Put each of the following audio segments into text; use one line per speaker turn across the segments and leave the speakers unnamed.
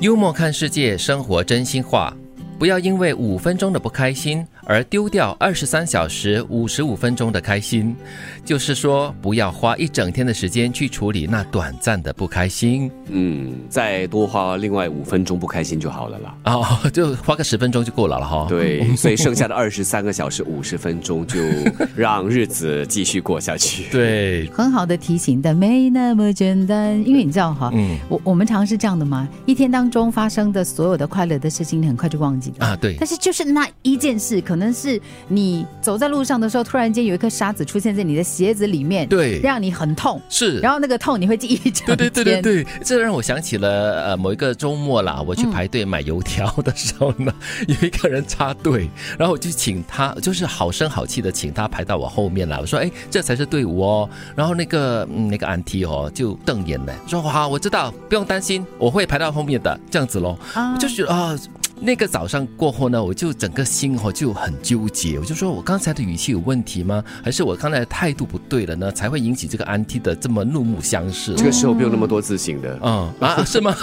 幽默看世界，生活真心话。不要因为五分钟的不开心而丢掉二十三小时五十五分钟的开心，就是说，不要花一整天的时间去处理那短暂的不开心
嗯，再多花另外五分钟不开心就好了啦。
哦，就花个十分钟就够了了哈。
对，所以剩下的二十三个小时五十分钟，就让日子继续过下去。
对，
很好的提醒，但没那么简单。因为你知道哈，
嗯
我我们常是这样的嘛，一天当中发生的所有的快乐的事情，你很快就忘记了。
啊，对
但是就是那一件事，可能是你走在路上的时候，突然间有一颗沙子出现在你的鞋子里面，
对，
让你很痛，
是，
然后那个痛你会记一
对
整天。
对对对对，这让我想起了呃某一个周末啦，我
嗯
去排队买油条的时候呢，有一个人插队，然后我就请他，就是好声好气的请他排到我后面来，我说哎这才是队伍哦，然后那个、嗯、那个安 T 哦就瞪眼了，说好我知道，不用担心，我会排到后面的，这样子咯。
啊
我就觉得啊。那个早上过后呢，我就整个心哦就很纠结，我就说我刚才的语气有问题吗？还是我刚才的态度不对了呢？才会引起这个安 T 的这么怒目相视哦？
这个时候不用那么多自省的，
嗯啊，是 吗？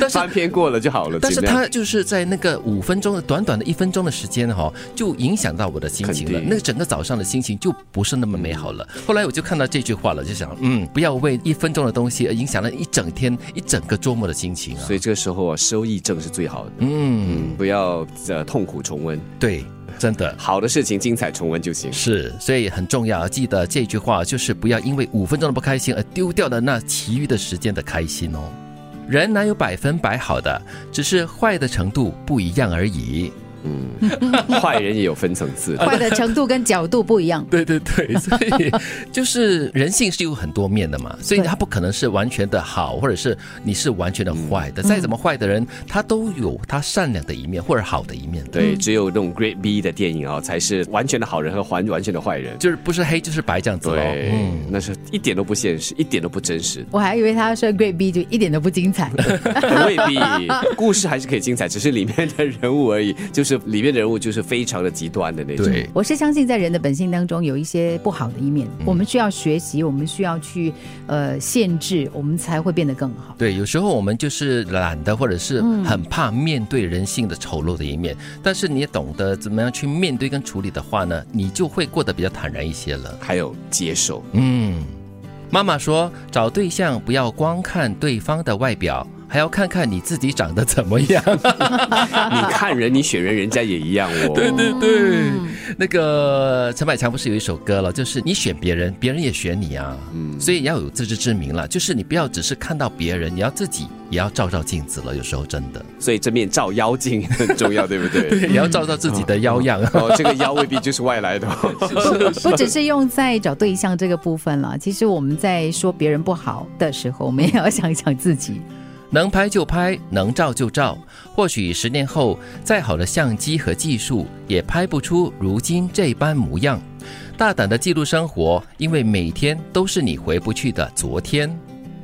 但是
翻篇过了就好了。
但是
尽量
他就是在那个五分钟的短短的一分钟的时间哈、就影响到我的心情了
肯，定嗯
那个整个早上的心情就不是那么美好了。后来我就看到这句话了，就想，嗯，不要为一分钟的东西而影响了一整天、一整个周末的心情啊。
所以这个时候啊，收益正是最好的。
嗯，
嗯，不要呃痛苦重温，
对，真的。
好的事情精彩重温 就行。
是，所以很重要，记得这句话，就是不要因为五分钟的不开心而丢掉了那其余的时间的开心哦。人哪有百分百好的，只是坏的程度不一样而已。
坏人也有分层次的，
坏的程度跟角度不一样。
对对对，所 以就是人性是有很多面的嘛，所以
对。
他不可能是完全的好，或者是你是完全的坏的。再怎么坏的人，他都有他善良的一面或者好的一面的，
对，只有那种 Great B 的电影啊，才是完全的好人和完完全的坏人。
就是不是黑就是白这样子咯。嗯
对，那是一点都不现实，一点都不真实
我还以为他说 Great B 就一点都不精彩。
未必，故事还是可以精彩，只是里面的人物而已，就是里面的人物就是非常的极端的那种。
对，
我是相信在人的本性当中有一些不好的一面，我们需要学习，我们需要去呃限制，我们才会变得更 好。
对，有时候我们就是懒得，或者是很怕面对人性的丑陋的一面。但是你也懂得怎么样去面对跟处理的话呢，你就会过得比较坦然一些了。
还有接受，
嗯，妈妈说，找对象不要光看对方的外表，还要看看你自己长得怎么样。
你看人，你选人，人家也一样 哦。
对对对，嗯那个陈百强不是有一首歌了，就是你选别人，别人也选你啊。嗯，所以要有自知之明了，就是你不要只是看到别人，你要自己也要照照镜子了。有时候真的，
所以这面照妖镜很重要，对 不对？
也要照照自己的妖样。
哦，这个妖未必就是外来的哦，
不只是用在找对象这个部分了，其实我们在说别人不好的时候，我们也要想一想自己。
能拍就拍，能照就照。或许十年后，再好的相机和技术也拍不出如今这般模样。大胆的记录生活，因为每天都是你回不去的昨天。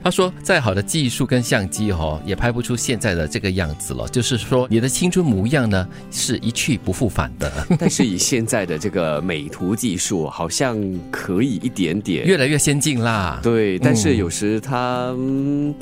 他说，再好的技术跟相机哦，也拍不出现在的这个样子了。就是说，你的青春模样呢，是一去不复返的，
但是以现在的这个美图技术，好像可以一点点。
越来越先进啦。
对，但
嗯
是有时它、嗯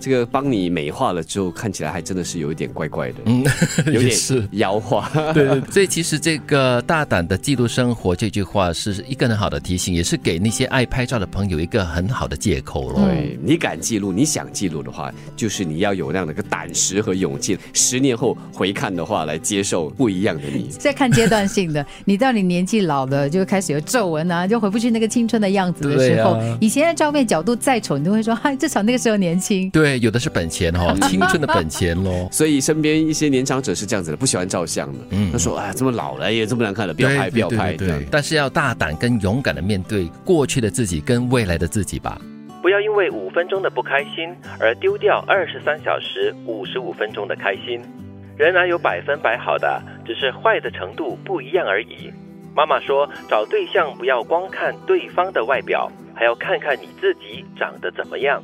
这个帮你美化了之后，看起来还真的是有一点怪怪的，
嗯，
有
也
点
是。
妖化。
对对，所以其实这个大胆的记录生活这句话是一个很好的提醒，也是给那些爱拍照的朋友一个很好的借口咯。
对你敢记录，你想记录的话，就是你要有那样的一个胆识和勇气。十年后回看的话，来接受不一样的你。
再看阶段性的，你到你年纪老了，就开始有皱纹啊，就回不去那个青春的样子的时候，
对啊
以前的照片角度再丑，你都会说，嗨，至少那个时候年轻。
对，有的是本钱哦，青春的本钱咯。
所以身边一些年长者是这样子的，不喜欢照相的。他说：“哎，这么老了也这么难看了，不要拍，不要拍。”这样
但是要大胆跟勇敢的面对过去的自己跟未来的自己吧。
不要因为五分钟的不开心而丢掉二十三小时五十五分钟的开心。人哪有百分百好的，只是坏的程度不一样而已。妈妈说，找对象不要光看对方的外表，还要看看你自己长得怎么样。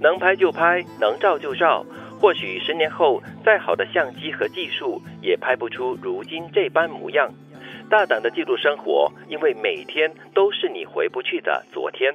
能拍就拍，能照就照。或许十年后，再好的相机和技术也拍不出如今这般模样。大胆的记录生活，因为每天都是你回不去的昨天。